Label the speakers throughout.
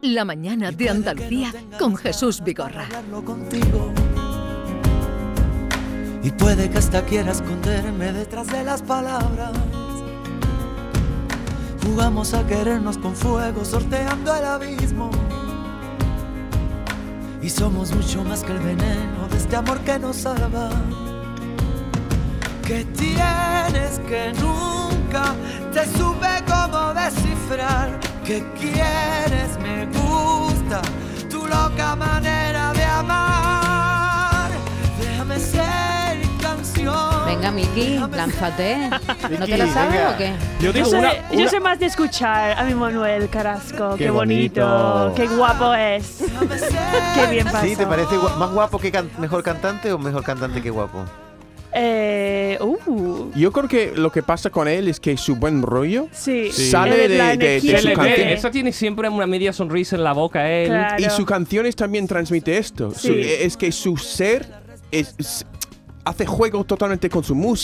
Speaker 1: La mañana de Andalucía con Jesús Vigorra.
Speaker 2: contigo. Y puede que hasta quiera esconderme detrás de las palabras. Jugamos a querernos con fuego, sorteando el abismo. Y somos mucho más que el veneno de este amor que nos salva. Que tienes que nunca te supe cómo descifrar. Que quieres, me gusta tu loca manera de amar. Déjame ser canción.
Speaker 3: Venga, Miki, lánzate. ¿No te la
Speaker 4: Miki,
Speaker 3: sabes
Speaker 4: venga.
Speaker 3: o qué?
Speaker 4: Yo
Speaker 5: Yo
Speaker 4: digo
Speaker 5: soy,
Speaker 4: una,
Speaker 5: yo
Speaker 4: una-
Speaker 5: soy más de escuchar a mi Manuel Carrasco.
Speaker 4: Qué
Speaker 5: Qué, bonito,
Speaker 4: bonito.
Speaker 5: qué guapo es. qué bien pasa.
Speaker 6: Sí, ¿te parece gua- más guapo que can- mejor cantante o mejor cantante que guapo?
Speaker 5: Eh, uh,
Speaker 4: Yo creo que lo que pasa con él es que su buen rollo
Speaker 5: sí.
Speaker 4: Sale
Speaker 5: Eh,
Speaker 4: de-
Speaker 5: la
Speaker 4: de- de
Speaker 5: energía
Speaker 4: su
Speaker 5: que
Speaker 7: Él-
Speaker 4: canción.
Speaker 7: él-
Speaker 5: tiene.
Speaker 7: Eso tiene siempre una media sonrisa en la boca, eh. él.
Speaker 5: Claro.
Speaker 4: y sus canciones también transmite esto.
Speaker 5: Sí.
Speaker 4: Su- es que su ser es- es- hace juego totalmente con su múca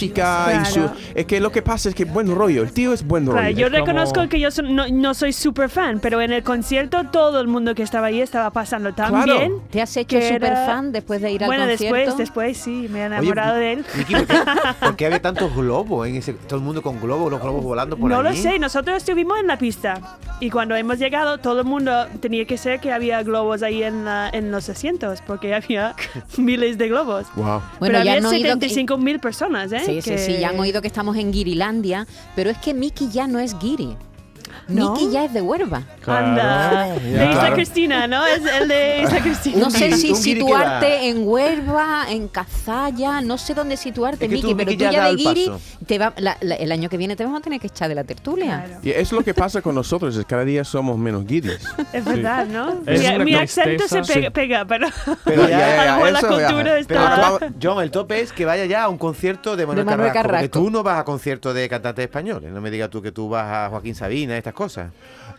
Speaker 4: y su
Speaker 5: Claro.
Speaker 4: es que lo que pasa es que buen rollo, el tío es buen rollo.
Speaker 5: Claro, yo
Speaker 7: Es como-
Speaker 5: reconozco que yo so- no, no soy super fan, pero en el concierto todo el mundo que estaba ahí estaba pasando tan
Speaker 4: Claro.
Speaker 5: bien.
Speaker 3: ¿Te has hecho
Speaker 5: que
Speaker 3: súper
Speaker 5: era-
Speaker 3: fan después de ir al
Speaker 5: Bueno,
Speaker 3: concierto?
Speaker 5: después, después sí, me
Speaker 6: Oye,
Speaker 5: he enamorado de él.
Speaker 6: Miki, ¿por, qué, por qué había tantos globos en ese? Todo el mundo con globos, los globos volando por
Speaker 5: No lo
Speaker 6: allí?
Speaker 5: sé, nosotros estuvimos en la pista y cuando hemos llegado todo el mundo tenía que ser que había globos ahí en, la- en los asientos porque había miles de globos.
Speaker 4: Wow.
Speaker 3: Bueno,
Speaker 5: pero
Speaker 3: ya han oído que-
Speaker 5: había 75 mil personas, ¿eh?
Speaker 3: Sí, sí,
Speaker 5: que-
Speaker 3: sí, ya han oído que estamos en Girilandia, pero es que Miki ya no es Giri.
Speaker 5: ¿No?
Speaker 3: Miki ya es de Huerva.
Speaker 5: Anda,
Speaker 4: Claro,
Speaker 5: de
Speaker 4: ya.
Speaker 5: Isla
Speaker 4: Claro.
Speaker 5: Cristina, ¿no? Es el de Isla Cristina.
Speaker 3: No sé
Speaker 6: Giri-
Speaker 3: si
Speaker 6: un Giri que
Speaker 3: situarte
Speaker 6: da-
Speaker 3: en Huelva, en Cazalla, no sé dónde situarte,
Speaker 6: Es que tú,
Speaker 3: Miki, pero
Speaker 6: Miki,
Speaker 3: tú
Speaker 6: ya
Speaker 3: ya, de
Speaker 6: has dado el
Speaker 3: Giri,
Speaker 6: paso.
Speaker 3: te va- la- la- el año que viene te vamos a tener que echar de la tertulia.
Speaker 5: Claro.
Speaker 4: Y es lo que pasa con nosotros, es que cada día somos menos guiris.
Speaker 5: Es verdad, ¿no?
Speaker 7: Es
Speaker 5: mi
Speaker 7: una
Speaker 5: mi acento se
Speaker 7: tristeza.
Speaker 5: pega,
Speaker 7: Sí.
Speaker 5: pega pero,
Speaker 6: Pero ya,
Speaker 5: a
Speaker 6: ya,
Speaker 5: lo
Speaker 4: ya,
Speaker 5: mejor la
Speaker 4: eso ya.
Speaker 5: cultura
Speaker 6: Pero
Speaker 5: está...
Speaker 6: vamos, John, el tope es que vaya ya a un concierto de Manuel,
Speaker 3: Manuel
Speaker 6: Carrasco, porque
Speaker 3: Carrasco.
Speaker 6: tú no vas a conciertos de cantantes españoles. No me digas tú que tú vas a Joaquín Sabina, estas cosas.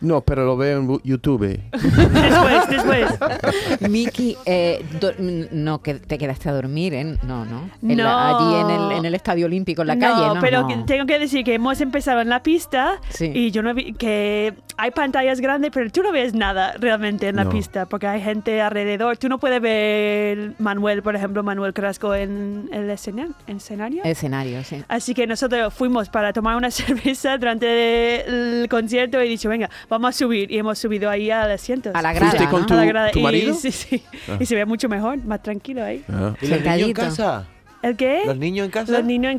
Speaker 4: No, pero lo veo en bu- YouTube.
Speaker 5: Después, después.
Speaker 3: Miki, eh, do- n- no, que te quedaste a dormir, ¿eh? No, no. En la-
Speaker 5: No.
Speaker 3: allí en el, en el Estadio Olímpico, en la calle, ¿no?
Speaker 5: pero
Speaker 3: no.
Speaker 5: que- tengo que decir que hemos empezado en la pista
Speaker 3: Sí.
Speaker 5: y yo no vi que hay pantallas grandes, pero tú no ves nada realmente en la
Speaker 4: No.
Speaker 5: pista porque hay gente alrededor. Tú no puedes ver Manuel, por ejemplo, Manuel Carrasco en el escena- en escenario.
Speaker 3: Escenario, sí.
Speaker 5: Así que nosotros fuimos para tomar una cerveza durante el concierto y he dicho, venga, vamos a subir. Y hemos subido ahí al asiento.
Speaker 3: A la grada,
Speaker 4: ¿Fuiste con
Speaker 3: ¿no?
Speaker 4: tu,
Speaker 5: A la grada.
Speaker 4: tu
Speaker 5: Y-
Speaker 4: marido?
Speaker 5: sí, sí. Y se ve mucho mejor, más tranquilo ahí.
Speaker 4: Ah.
Speaker 6: ¿Y los niños en
Speaker 3: Sentadito.
Speaker 6: casa?
Speaker 5: ¿El qué?
Speaker 6: ¿Los niños en casa?
Speaker 5: Los niños en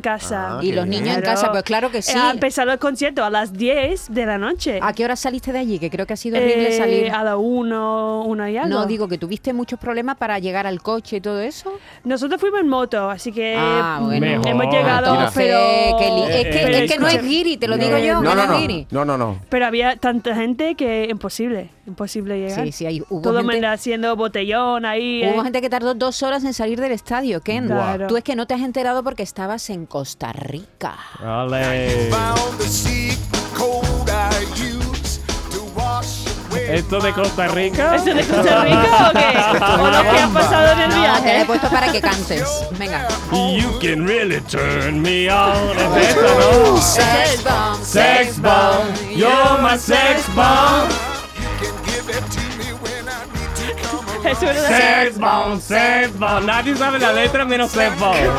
Speaker 6: Ah,
Speaker 5: casa.
Speaker 3: Y
Speaker 6: qué
Speaker 3: los
Speaker 6: bien.
Speaker 3: niños en casa, pues claro que sí.
Speaker 5: Ha empezado el concierto a las 10 de la noche.
Speaker 3: ¿A qué hora saliste de allí? Que creo que ha sido horrible
Speaker 5: Eh,
Speaker 3: salir.
Speaker 5: A la 1, 1 y algo.
Speaker 3: No, digo que tuviste muchos problemas para llegar al coche y todo eso.
Speaker 5: Nosotros fuimos en moto, así que
Speaker 3: ah, bueno.
Speaker 7: Mejor.
Speaker 5: hemos llegado,
Speaker 4: Mira.
Speaker 3: Fe,
Speaker 5: pero...
Speaker 3: que li- es, que,
Speaker 5: pero
Speaker 3: es que no es
Speaker 5: escucha-
Speaker 3: giri, te lo digo yo,
Speaker 4: No,
Speaker 3: que
Speaker 4: no,
Speaker 3: no es
Speaker 4: no.
Speaker 3: giri.
Speaker 4: No, no, no.
Speaker 5: Pero había tanta gente que imposible, imposible llegar.
Speaker 3: Sí, sí, ahí hubo
Speaker 5: Todo el
Speaker 3: gente-
Speaker 5: mundo haciendo botellón ahí.
Speaker 3: Hubo
Speaker 5: ¿eh?
Speaker 3: gente que tardó dos horas en salir del estadio, Ken.
Speaker 5: Claro.
Speaker 3: Tú es que no te has enterado porque estabas en Costa Rica.
Speaker 7: Ale. Esto de Costa Rica.
Speaker 5: ¿Eso de Costa Rica o qué? ¿O lo que ha pasado en el
Speaker 3: No, te la he
Speaker 5: viaje?
Speaker 3: puesto para que cantes. Venga.
Speaker 7: You can really turn me on. Es esta, ¿no?
Speaker 3: Sex bomb,
Speaker 7: Sex bomb. You're my sex bomb.
Speaker 5: Es una-
Speaker 7: Sex bomb, sex bomb. Nadie sabe la letra menos sex bomb. You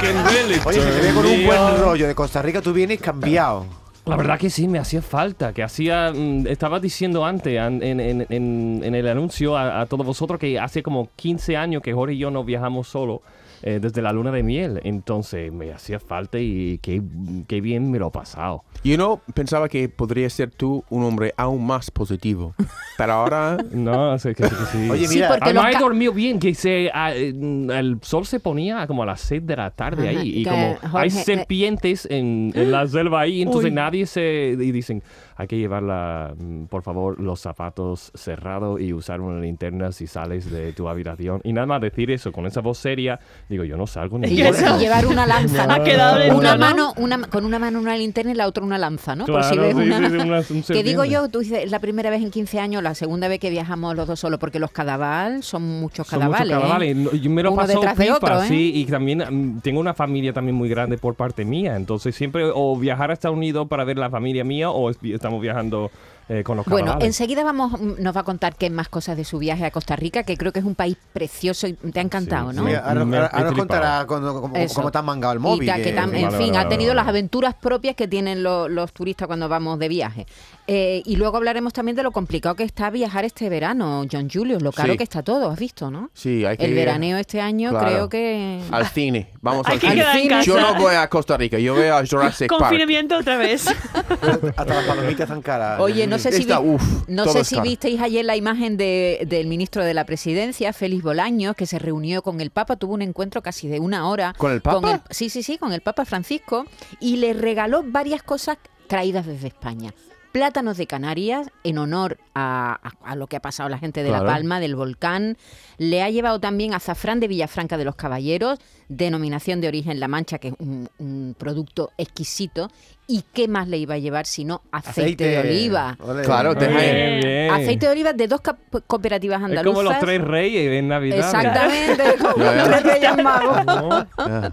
Speaker 7: can really
Speaker 6: Oye, si te
Speaker 7: turn
Speaker 6: ve con un
Speaker 7: me
Speaker 6: buen
Speaker 7: on.
Speaker 6: rollo de Costa Rica, tú vienes cambiado.
Speaker 7: La verdad que sí, me hacía falta, que hacía, mm, estabas diciendo antes an- en, en- en- en el anuncio a, a todos vosotros que hace como 15 años que Jorge y yo no viajamos solo eh, desde la luna de miel, entonces me hacía falta y qué, qué bien me lo he pasado.
Speaker 4: Yo no pensaba que podría ser tú un hombre aún más positivo. Pero ahora
Speaker 7: No, sé que, que sí.
Speaker 6: Oye,
Speaker 3: Sí,
Speaker 6: mira,
Speaker 3: porque
Speaker 7: Además
Speaker 3: los
Speaker 7: he
Speaker 3: ca-
Speaker 7: dormido bien, que se, ah, eh, el sol se ponía como a las 6 de la tarde
Speaker 3: Ajá,
Speaker 7: ahí y
Speaker 3: que
Speaker 7: como
Speaker 3: Jorge- eh,
Speaker 7: hay serpientes en, en la selva ahí, entonces
Speaker 5: Uy.
Speaker 7: nadie se... Y dicen, hay que llevar, la, mm, por favor, los zapatos cerrados y usar una linterna si sales de tu habitación. Y nada más decir eso con esa voz seria, digo, yo no salgo ni...
Speaker 3: Y,
Speaker 5: ¿Qué
Speaker 7: muerto.
Speaker 5: eso?
Speaker 3: llevar una lanza.
Speaker 5: Ha quedado dentro,
Speaker 3: una
Speaker 5: ¿no?
Speaker 3: mano, una, con una mano una linterna y la otra una lanza, ¿no? Por si ves
Speaker 7: Claro, sí,
Speaker 3: una-
Speaker 7: sí, sí, una- un
Speaker 3: que
Speaker 7: serpiente.
Speaker 3: digo yo, tú dices, la primera vez en 15 años, la segunda vez que viajamos los dos solos, porque los cadaval son muchos
Speaker 7: Son muchos
Speaker 3: cadavales. ¿eh?
Speaker 7: carnavales. No, Yo me lo
Speaker 3: Uno
Speaker 7: paso
Speaker 3: detrás de
Speaker 7: pipa,
Speaker 3: otro, ¿eh?
Speaker 7: sí, y también mm, tengo una familia también muy grande por parte mía, entonces siempre o viajar a Estados Unidos para ver la familia mía o es- estamos viajando eh, con los
Speaker 3: Bueno,
Speaker 7: carnavales.
Speaker 3: enseguida vamos, mm, nos va a contar qué más cosas de su viaje a Costa Rica, que creo que es un país precioso y te ha encantado,
Speaker 7: Sí,
Speaker 3: ¿no?
Speaker 7: sí.
Speaker 6: Ahora, ahora-
Speaker 7: Me-
Speaker 6: ahora
Speaker 7: me
Speaker 6: nos
Speaker 7: flipa.
Speaker 6: contará cuando- cómo,
Speaker 3: Eso.
Speaker 6: cómo te han mangado el móvil.
Speaker 3: Y ta- que
Speaker 6: que-
Speaker 3: tam-
Speaker 7: Vale,
Speaker 3: en
Speaker 7: vale,
Speaker 3: fin,
Speaker 7: vale,
Speaker 3: ha
Speaker 7: vale,
Speaker 3: tenido
Speaker 7: vale.
Speaker 3: las aventuras propias que tienen lo- los turistas cuando vamos de viaje. Eh, y luego hablaremos también de lo complicado que está viajar este verano, John Julius, lo caro
Speaker 4: Sí.
Speaker 3: que está todo, has visto, ¿no?
Speaker 4: Sí, hay que
Speaker 3: El
Speaker 4: ir
Speaker 3: veraneo este año
Speaker 4: Claro.
Speaker 3: creo que...
Speaker 4: al cine. Vamos
Speaker 5: Hay
Speaker 4: al
Speaker 5: que
Speaker 4: cine.
Speaker 5: quedar en
Speaker 4: Yo
Speaker 5: casa.
Speaker 4: no voy a Costa Rica, yo voy a Jurassic Park.
Speaker 5: Confinamiento otra vez.
Speaker 6: Hasta las palomitas están caras. ¿eh?
Speaker 3: Oye, no sé si,
Speaker 4: Está,
Speaker 3: vi-
Speaker 4: uf,
Speaker 3: no
Speaker 4: todo
Speaker 3: sé
Speaker 4: es
Speaker 3: si
Speaker 4: caro.
Speaker 3: visteis ayer la imagen de- del ministro de la Presidencia, Félix Bolaños, que se reunió con el Papa, tuvo un encuentro casi de una hora.
Speaker 4: ¿Con el Papa?
Speaker 3: sí, sí, sí, con el Papa Francisco, y le regaló varias cosas traídas desde España. Plátanos de Canarias, en honor a, a- a lo que ha pasado a la gente de
Speaker 4: Claro.
Speaker 3: La Palma, del volcán. Le ha llevado también azafrán de Villafranca de los Caballeros, denominación de origen La Mancha, que es un, un producto exquisito. ¿Y qué más le iba a llevar si no aceite de oliva.
Speaker 6: Ole.
Speaker 4: Claro,
Speaker 5: Bien,
Speaker 4: deja-
Speaker 5: bien.
Speaker 3: Aceite de oliva de dos cap- cooperativas
Speaker 7: Es
Speaker 3: andaluzas.
Speaker 7: como los tres reyes en Navidad.
Speaker 3: Exactamente, como
Speaker 4: Ya, ya.
Speaker 3: los tres reyes magos.
Speaker 7: ¿no?
Speaker 6: Ah,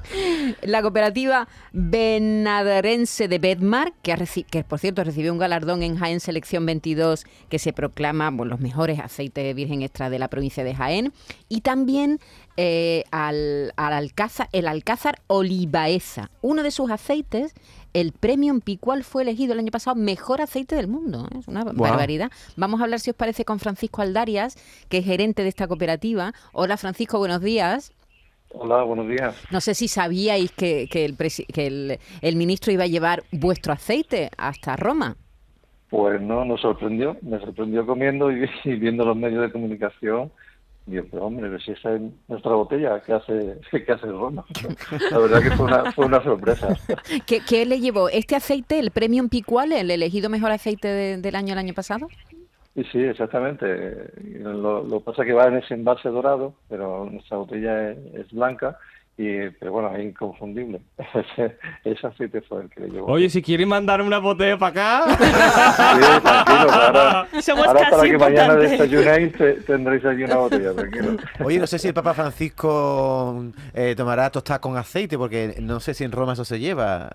Speaker 3: La cooperativa benaderense de Bedmar, que, ha reci- que por cierto recibió un galardón en Jaén Selección 22, que se proclama bueno, los mejores aceites virgen extra de la provincia de Jaén, y también eh, al, al alcázar, el alcázar olivaeza. Uno de sus aceites, el Premium Picual, fue elegido el año pasado mejor aceite del mundo. ¿eh? Es una barbaridad. Vamos a hablar, si os parece, con Francisco Aldarias, que es gerente de esta cooperativa. Hola Francisco, buenos días.
Speaker 8: Hola, buenos días.
Speaker 3: No sé si sabíais que, que el, presi- que el- el ministro iba a llevar vuestro aceite hasta Roma.
Speaker 8: Pues no, nos sorprendió. Me sorprendió comiendo y, y viendo los medios de comunicación. Digo, pero hombre, pero si esa es nuestra botella, ¿qué hace, qué hace Roma? La verdad que fue una, fue una sorpresa.
Speaker 3: ¿Qué, qué le llevó? ¿Este aceite, el Premium Picual, el elegido mejor aceite de- del año el año pasado?
Speaker 8: Y sí, exactamente. Lo lo que pasa es que va en ese envase dorado, pero nuestra botella es, es blanca. Y, pero bueno, es inconfundible. Ese, ese aceite fue el que le llevó.
Speaker 7: Oye, si quieren mandar una botella para acá.
Speaker 8: Sí, tranquilo, ahora,
Speaker 5: Somos
Speaker 8: ahora para
Speaker 5: casi
Speaker 8: que mañana
Speaker 5: importantes.
Speaker 8: desayunéis te- tendréis allí una botella, tranquilo.
Speaker 6: Oye, no sé si el Papa Francisco eh, tomará tostada con aceite, porque no sé si en Roma eso se lleva.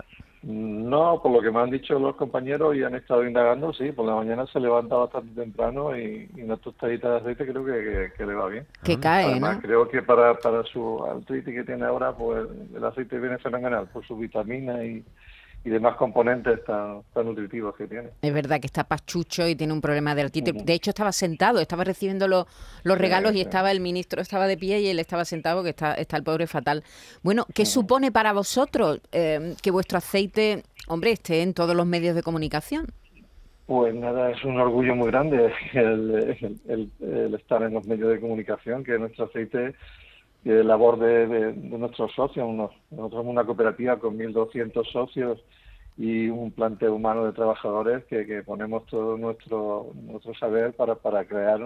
Speaker 8: No, por lo que me han dicho los compañeros y han estado indagando, sí, por la mañana se levanta bastante temprano y, y una tostadita de aceite creo que, que- que le va bien.
Speaker 3: Que cae,
Speaker 8: Además,
Speaker 3: ¿no?
Speaker 8: creo que para, para su artritis que tiene ahora, pues el aceite viene fenomenal por sus vitaminas y, y demás componentes tan, tan nutritivos que tiene.
Speaker 3: Es verdad que está pachucho y tiene un problema de artritis. De hecho, estaba sentado, estaba recibiendo los- los regalos y estaba el ministro, estaba de pie y él estaba sentado que está, está el pobre fatal. Bueno, ¿qué supone para vosotros eh, que vuestro aceite, hombre, esté en todos los medios de comunicación?
Speaker 8: Pues nada, es un orgullo muy grande el, el- el- el estar en los medios de comunicación, que nuestro aceite, que es labor de, de- de nuestros socios, unos- nosotros somos una cooperativa con 1.200 socios y un planteo humano de trabajadores que, que ponemos todo nuestro nuestro saber para, para crear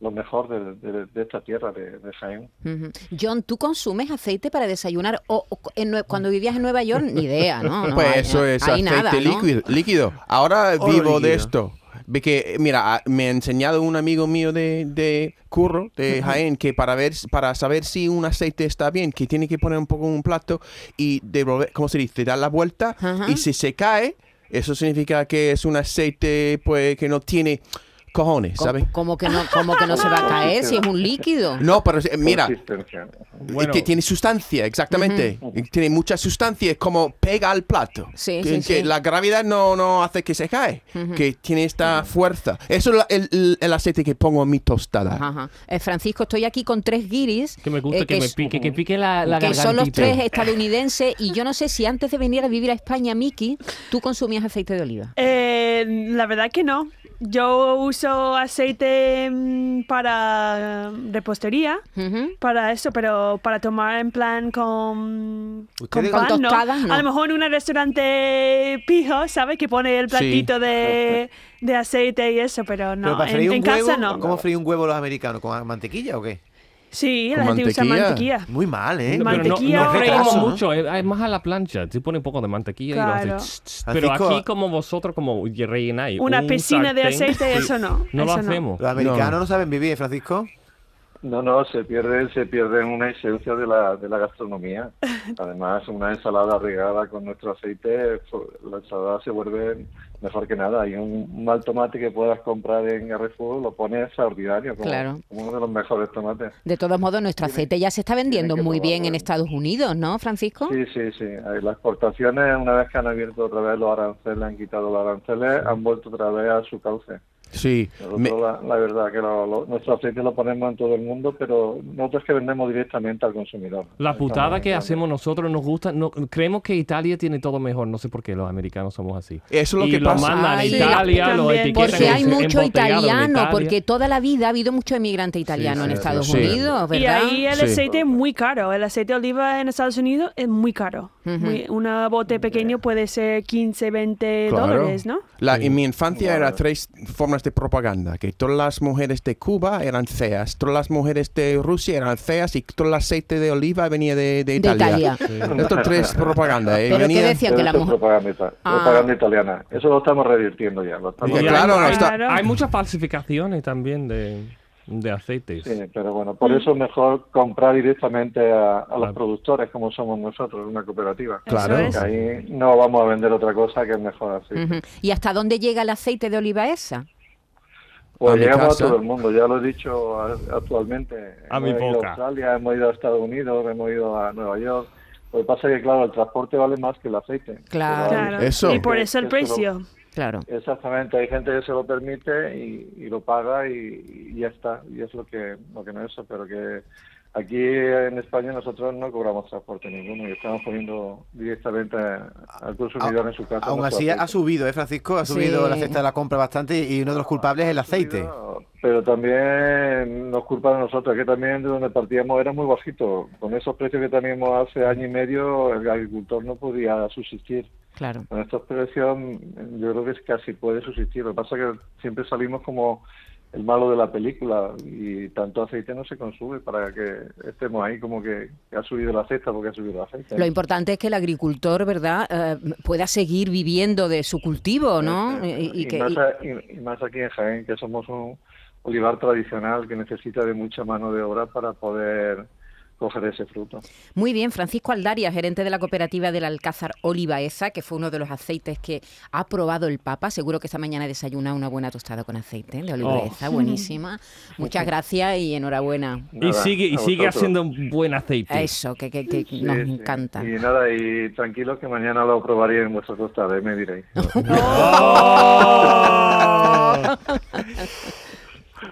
Speaker 8: lo mejor de, de- de esta tierra, de, de Jaén.
Speaker 3: Ujú. John, ¿tú consumes aceite para desayunar? O, o en Nue- cuando vivías en Nueva York, ni idea, ¿no? No,
Speaker 4: Pues
Speaker 3: ahí-
Speaker 4: eso es
Speaker 3: ahí
Speaker 4: aceite
Speaker 3: nada, ¿no?
Speaker 4: líquido, líquido. Ahora
Speaker 6: Oro
Speaker 4: vivo
Speaker 6: líquido.
Speaker 4: de esto. Ve que, mira, ah, me ha enseñado un amigo mío de, de Curro, de Jaén, que para ver para saber si un aceite está bien, que tiene que poner un poco en un plato y devolver, ¿cómo se dice? Dar la vuelta
Speaker 3: Ajá.
Speaker 4: y si se cae, eso significa que es un aceite pues que no tiene cojones,
Speaker 3: Co-
Speaker 4: ¿sabes?
Speaker 3: Como que no, como que no se va a caer si es un líquido.
Speaker 4: No, pero eh, mira,
Speaker 3: Pues
Speaker 8: Consistencia.
Speaker 7: Bueno,
Speaker 4: que tiene sustancia, exactamente. Y Tiene mucha sustancia, es como pega al plato.
Speaker 3: Sí,
Speaker 4: que,
Speaker 3: sí,
Speaker 4: que
Speaker 3: sí.
Speaker 4: La gravedad no, no hace que se cae, que tiene esta fuerza. Eso es la- el, el- el aceite que pongo en mi tostada.
Speaker 3: Ajá, ajá. Eh, Francisco, estoy aquí con tres guiris.
Speaker 7: que me gusta
Speaker 3: eh,
Speaker 7: que, me
Speaker 3: es-
Speaker 7: pique, que pique la, la
Speaker 3: que son los
Speaker 7: gargantita.
Speaker 3: tres estadounidenses y yo no sé si antes de venir a vivir a España, Miki, tú consumías aceite de oliva.
Speaker 5: Eh, la verdad que no. Yo uso aceite mm, para eh, repostería,
Speaker 3: Ujú.
Speaker 5: para eso, pero para tomar en plan con,
Speaker 6: Ustedes-
Speaker 5: pan,
Speaker 3: Con
Speaker 5: ¿no?
Speaker 3: tostadas, no.
Speaker 5: A lo mejor en un restaurante pijo, ¿sabes? Que pone el platito de, de aceite y eso, pero no.
Speaker 6: Pero para freír
Speaker 5: en
Speaker 6: un
Speaker 5: en
Speaker 6: huevo,
Speaker 5: casa no.
Speaker 6: ¿cómo freír un huevo los americanos? ¿Con mantequilla o qué?
Speaker 5: Sí, la
Speaker 4: ¿Con
Speaker 5: gente usa
Speaker 4: mantequilla?
Speaker 5: mantequilla.
Speaker 6: Muy mal, ¿eh?
Speaker 7: Pero no-
Speaker 5: Mantequilla
Speaker 7: no,
Speaker 5: o-
Speaker 7: freímos
Speaker 5: Recaso, ¿no?
Speaker 7: mucho, eh, es, es más a la plancha. Te pone un poco de mantequilla y lo
Speaker 5: Claro.
Speaker 7: haces. tss, tss. Pero
Speaker 6: Francisco-
Speaker 7: aquí, como vosotros, como rellenáis.
Speaker 5: Una
Speaker 7: un
Speaker 5: piscina de
Speaker 7: sartén,
Speaker 5: aceite,
Speaker 7: sí,
Speaker 5: eso no,
Speaker 7: No lo
Speaker 5: eso no.
Speaker 7: hacemos.
Speaker 6: Los americanos no. saben vivir, ¿eh, Francisco.
Speaker 8: No, no, se pierde, se pierde una esencia de la, de la gastronomía. Además, una ensalada regada con nuestro aceite, la ensalada se vuelve mejor que nada. Y un mal tomate que puedas comprar en Carrefour lo pone extraordinario, como,
Speaker 3: Claro.
Speaker 8: como uno de los mejores tomates.
Speaker 3: De todos modos, nuestro aceite ya se está vendiendo
Speaker 8: tiene que
Speaker 3: muy bien
Speaker 8: probarlo.
Speaker 3: en Estados Unidos, ¿no, Francisco?
Speaker 8: Sí, sí, sí. Ahí Las exportaciones, una vez que han abierto otra vez los aranceles, han quitado los aranceles, han vuelto otra vez a su cauce.
Speaker 4: Sí.
Speaker 8: Nosotros
Speaker 4: me-
Speaker 8: la, la verdad que lo- lo- nuestro aceite lo ponemos en todo el mundo, pero nosotros que vendemos directamente al consumidor.
Speaker 7: La putada que
Speaker 8: hacemos
Speaker 7: hacemos nosotros nos gusta. No, creemos que Italia tiene todo mejor. No sé por qué los americanos somos así.
Speaker 4: Eso es lo
Speaker 7: y
Speaker 4: que
Speaker 7: lo
Speaker 4: pasa.
Speaker 7: mandan a
Speaker 3: Ay,
Speaker 7: Italia, lo
Speaker 5: también.
Speaker 7: etiquetan.
Speaker 3: Porque hay
Speaker 7: en-
Speaker 3: mucho
Speaker 7: embotellado en
Speaker 3: italiano,
Speaker 7: Italia.
Speaker 3: porque toda la vida ha habido mucho emigrante italiano en
Speaker 7: sí, sí,
Speaker 3: Estados
Speaker 4: sí.
Speaker 3: Unidos, ¿verdad?
Speaker 5: Y ahí el
Speaker 4: Sí.
Speaker 5: aceite es muy caro. El aceite de oliva en Estados Unidos es muy caro. Muy- una bote pequeño puede ser 15, 20
Speaker 4: Claro.
Speaker 5: dólares, ¿no?
Speaker 4: La- en mi infancia era tres formas de propaganda, que todas las mujeres de Cuba eran feas, todas las mujeres de Rusia eran feas y todo el aceite de oliva venía de, de Italia.
Speaker 3: Italia.
Speaker 4: Estos tres propaganda. eh,
Speaker 3: Pero ¿qué
Speaker 4: venían-
Speaker 3: decían? que la
Speaker 8: Eso es
Speaker 3: mujer-
Speaker 8: propaganda, ita-
Speaker 3: Ah.
Speaker 8: propaganda italiana. Eso lo estamos revirtiendo ya. Lo estamos
Speaker 4: Y
Speaker 7: Y
Speaker 4: claro,
Speaker 7: hay,
Speaker 4: no está-
Speaker 5: Claro.
Speaker 7: hay muchas falsificaciones también de, de aceites.
Speaker 8: Sí, pero bueno, por eso es mejor comprar directamente a, a los
Speaker 7: Claro.
Speaker 8: productores, como somos nosotros, una cooperativa.
Speaker 5: Claro.
Speaker 8: Porque Ahí no vamos a vender otra cosa que es mejor así.
Speaker 3: Ujú. ¿Y hasta dónde llega el aceite de oliva esa?
Speaker 4: A
Speaker 8: Pues
Speaker 4: mi
Speaker 8: llegamos
Speaker 4: casa.
Speaker 8: a todo el mundo, ya lo he dicho a- actualmente.
Speaker 7: A
Speaker 8: hemos
Speaker 7: mi
Speaker 8: ido
Speaker 7: boca.
Speaker 8: a Australia, hemos ido a Estados Unidos, hemos ido a Nueva York. Lo que pasa es que, claro, el transporte vale más que el aceite.
Speaker 3: Claro.
Speaker 8: Pero hay-
Speaker 5: Claro.
Speaker 4: eso.
Speaker 5: Y por eso el precio.
Speaker 3: Claro.
Speaker 8: Exactamente, hay gente que se lo permite y, y lo paga y, y ya está. Y es lo que, lo que no es, pero que aquí en España nosotros no cobramos transporte ninguno y estamos poniendo directamente al consumidor en su casa.
Speaker 6: Aún
Speaker 8: nuestro
Speaker 6: así ha
Speaker 8: aceite.
Speaker 6: subido, ¿eh, Francisco? Ha
Speaker 3: Sí.
Speaker 6: subido la cesta de la compra bastante y uno de los culpables es el aceite.
Speaker 8: Pero también nos culpan a nosotros, que también de donde partíamos era muy bajito. Con esos precios que teníamos hace año y medio, el agricultor no podía subsistir.
Speaker 3: Claro.
Speaker 8: Con estos precios mm, yo creo que es casi puede subsistir. Lo que pasa es que siempre salimos como el malo de la película y tanto aceite no se consume para que estemos ahí como que, que ha subido la cesta porque ha subido la cesta.
Speaker 3: Lo importante es que el agricultor, ¿verdad?, eh, pueda seguir viviendo de su cultivo, ¿no? Y, y que,
Speaker 8: más
Speaker 3: y-
Speaker 8: a- Eh, y- y más aquí en Jaén, que somos un olivar tradicional que necesita de mucha mano de obra para poder coger ese fruto.
Speaker 3: Muy bien, Francisco Aldaria, gerente de la cooperativa del Alcázar Olivaesa, que fue uno de los aceites que ha probado el Papa. Seguro que esta mañana desayuna una buena tostada con aceite de
Speaker 7: Oh.
Speaker 3: olivaesa, buenísima. Muchas gracias y enhorabuena.
Speaker 7: Y
Speaker 8: Nada,
Speaker 7: sigue, y
Speaker 8: a
Speaker 7: sigue
Speaker 8: vosotros.
Speaker 7: haciendo un buen aceite.
Speaker 3: Eso, que, que- que
Speaker 8: Sí,
Speaker 3: nos
Speaker 8: sí.
Speaker 3: encanta.
Speaker 8: Y nada, y tranquilos que mañana lo probaréis en vuestra tostada, y me diréis.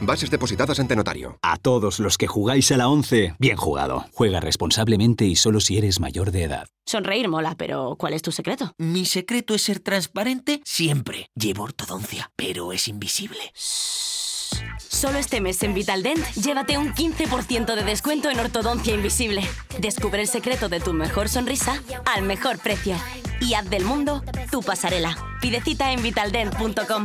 Speaker 9: Bases depositadas ante notario.
Speaker 10: A todos los que jugáis a la 11, bien jugado. Juega responsablemente y solo si eres mayor de edad.
Speaker 11: Sonreír mola, pero ¿cuál es tu secreto?
Speaker 2: Mi secreto es ser transparente siempre. Llevo ortodoncia, pero es invisible.
Speaker 11: Solo este mes en Vitaldent, llévate un 15% de descuento en ortodoncia invisible. Descubre el secreto de tu mejor sonrisa al mejor precio. Y haz del mundo tu pasarela. Pide cita en vitaldent.com.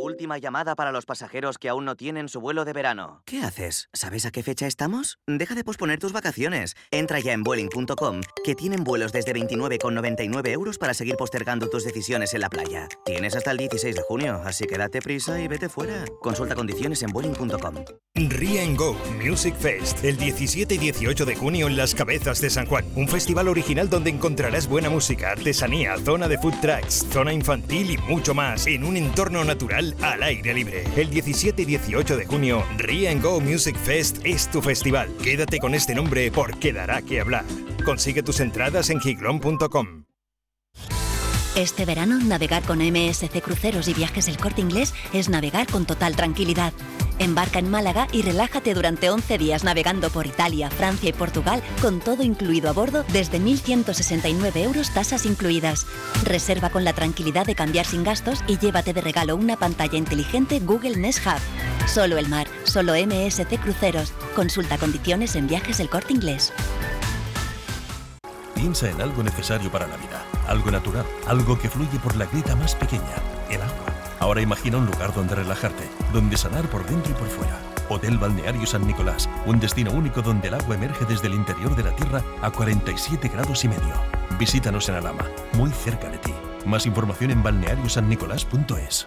Speaker 12: última llamada para los pasajeros que aún no tienen su vuelo de verano.
Speaker 13: ¿Qué haces?
Speaker 12: ¿Sabes a qué fecha estamos? Deja de posponer tus vacaciones. Entra ya en Vueling.com, que tienen vuelos desde 29,99 euros para seguir postergando tus decisiones en la playa. Tienes hasta el 16 de junio, así que date prisa y vete fuera. Consulta condiciones en Vueling.com.
Speaker 14: Ria and Go Music Fest, el 17 y 18 de junio en Las Cabezas de San Juan. Un festival original donde encontrarás buena música, artesanía, zona de food trucks, zona infantil y mucho más en un entorno natural al aire libre. El 17 y 18 de junio, Ria and Go Music Fest es tu festival. Quédate con este nombre porque dará que hablar. Consigue tus entradas en giglón.com.
Speaker 3: Este verano, navegar con MSC Cruceros y Viajes El Corte Inglés es navegar con total tranquilidad. Embarca en Málaga y relájate durante 11 días navegando por Italia, Francia y Portugal con todo incluido a bordo desde 1.169 euros tasas incluidas. Reserva con la tranquilidad de cambiar sin gastos y llévate de regalo una pantalla inteligente Google Nest Hub. Solo el mar, solo MSC Cruceros. Consulta condiciones en Viajes El Corte Inglés.
Speaker 15: Piensa en algo necesario para la vida, algo natural, algo que fluye por la grieta más pequeña, el agua. Ahora imagina un lugar donde relajarte, donde sanar por dentro y por fuera. Hotel Balneario San Nicolás, un destino único donde el agua emerge desde el interior de la tierra a 47 grados y medio. Visítanos en Alama, muy cerca de ti. Más información en balneariosannicolás.es.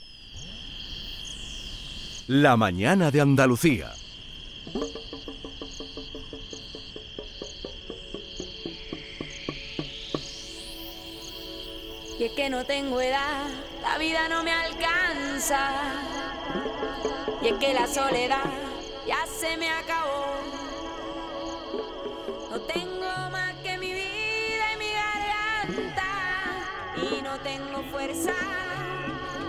Speaker 16: La mañana de Andalucía.
Speaker 17: Y es que no tengo edad, la vida no me alcanza. Y es que la soledad ya se me acabó. No tengo más que mi vida y mi garganta. Y no tengo fuerza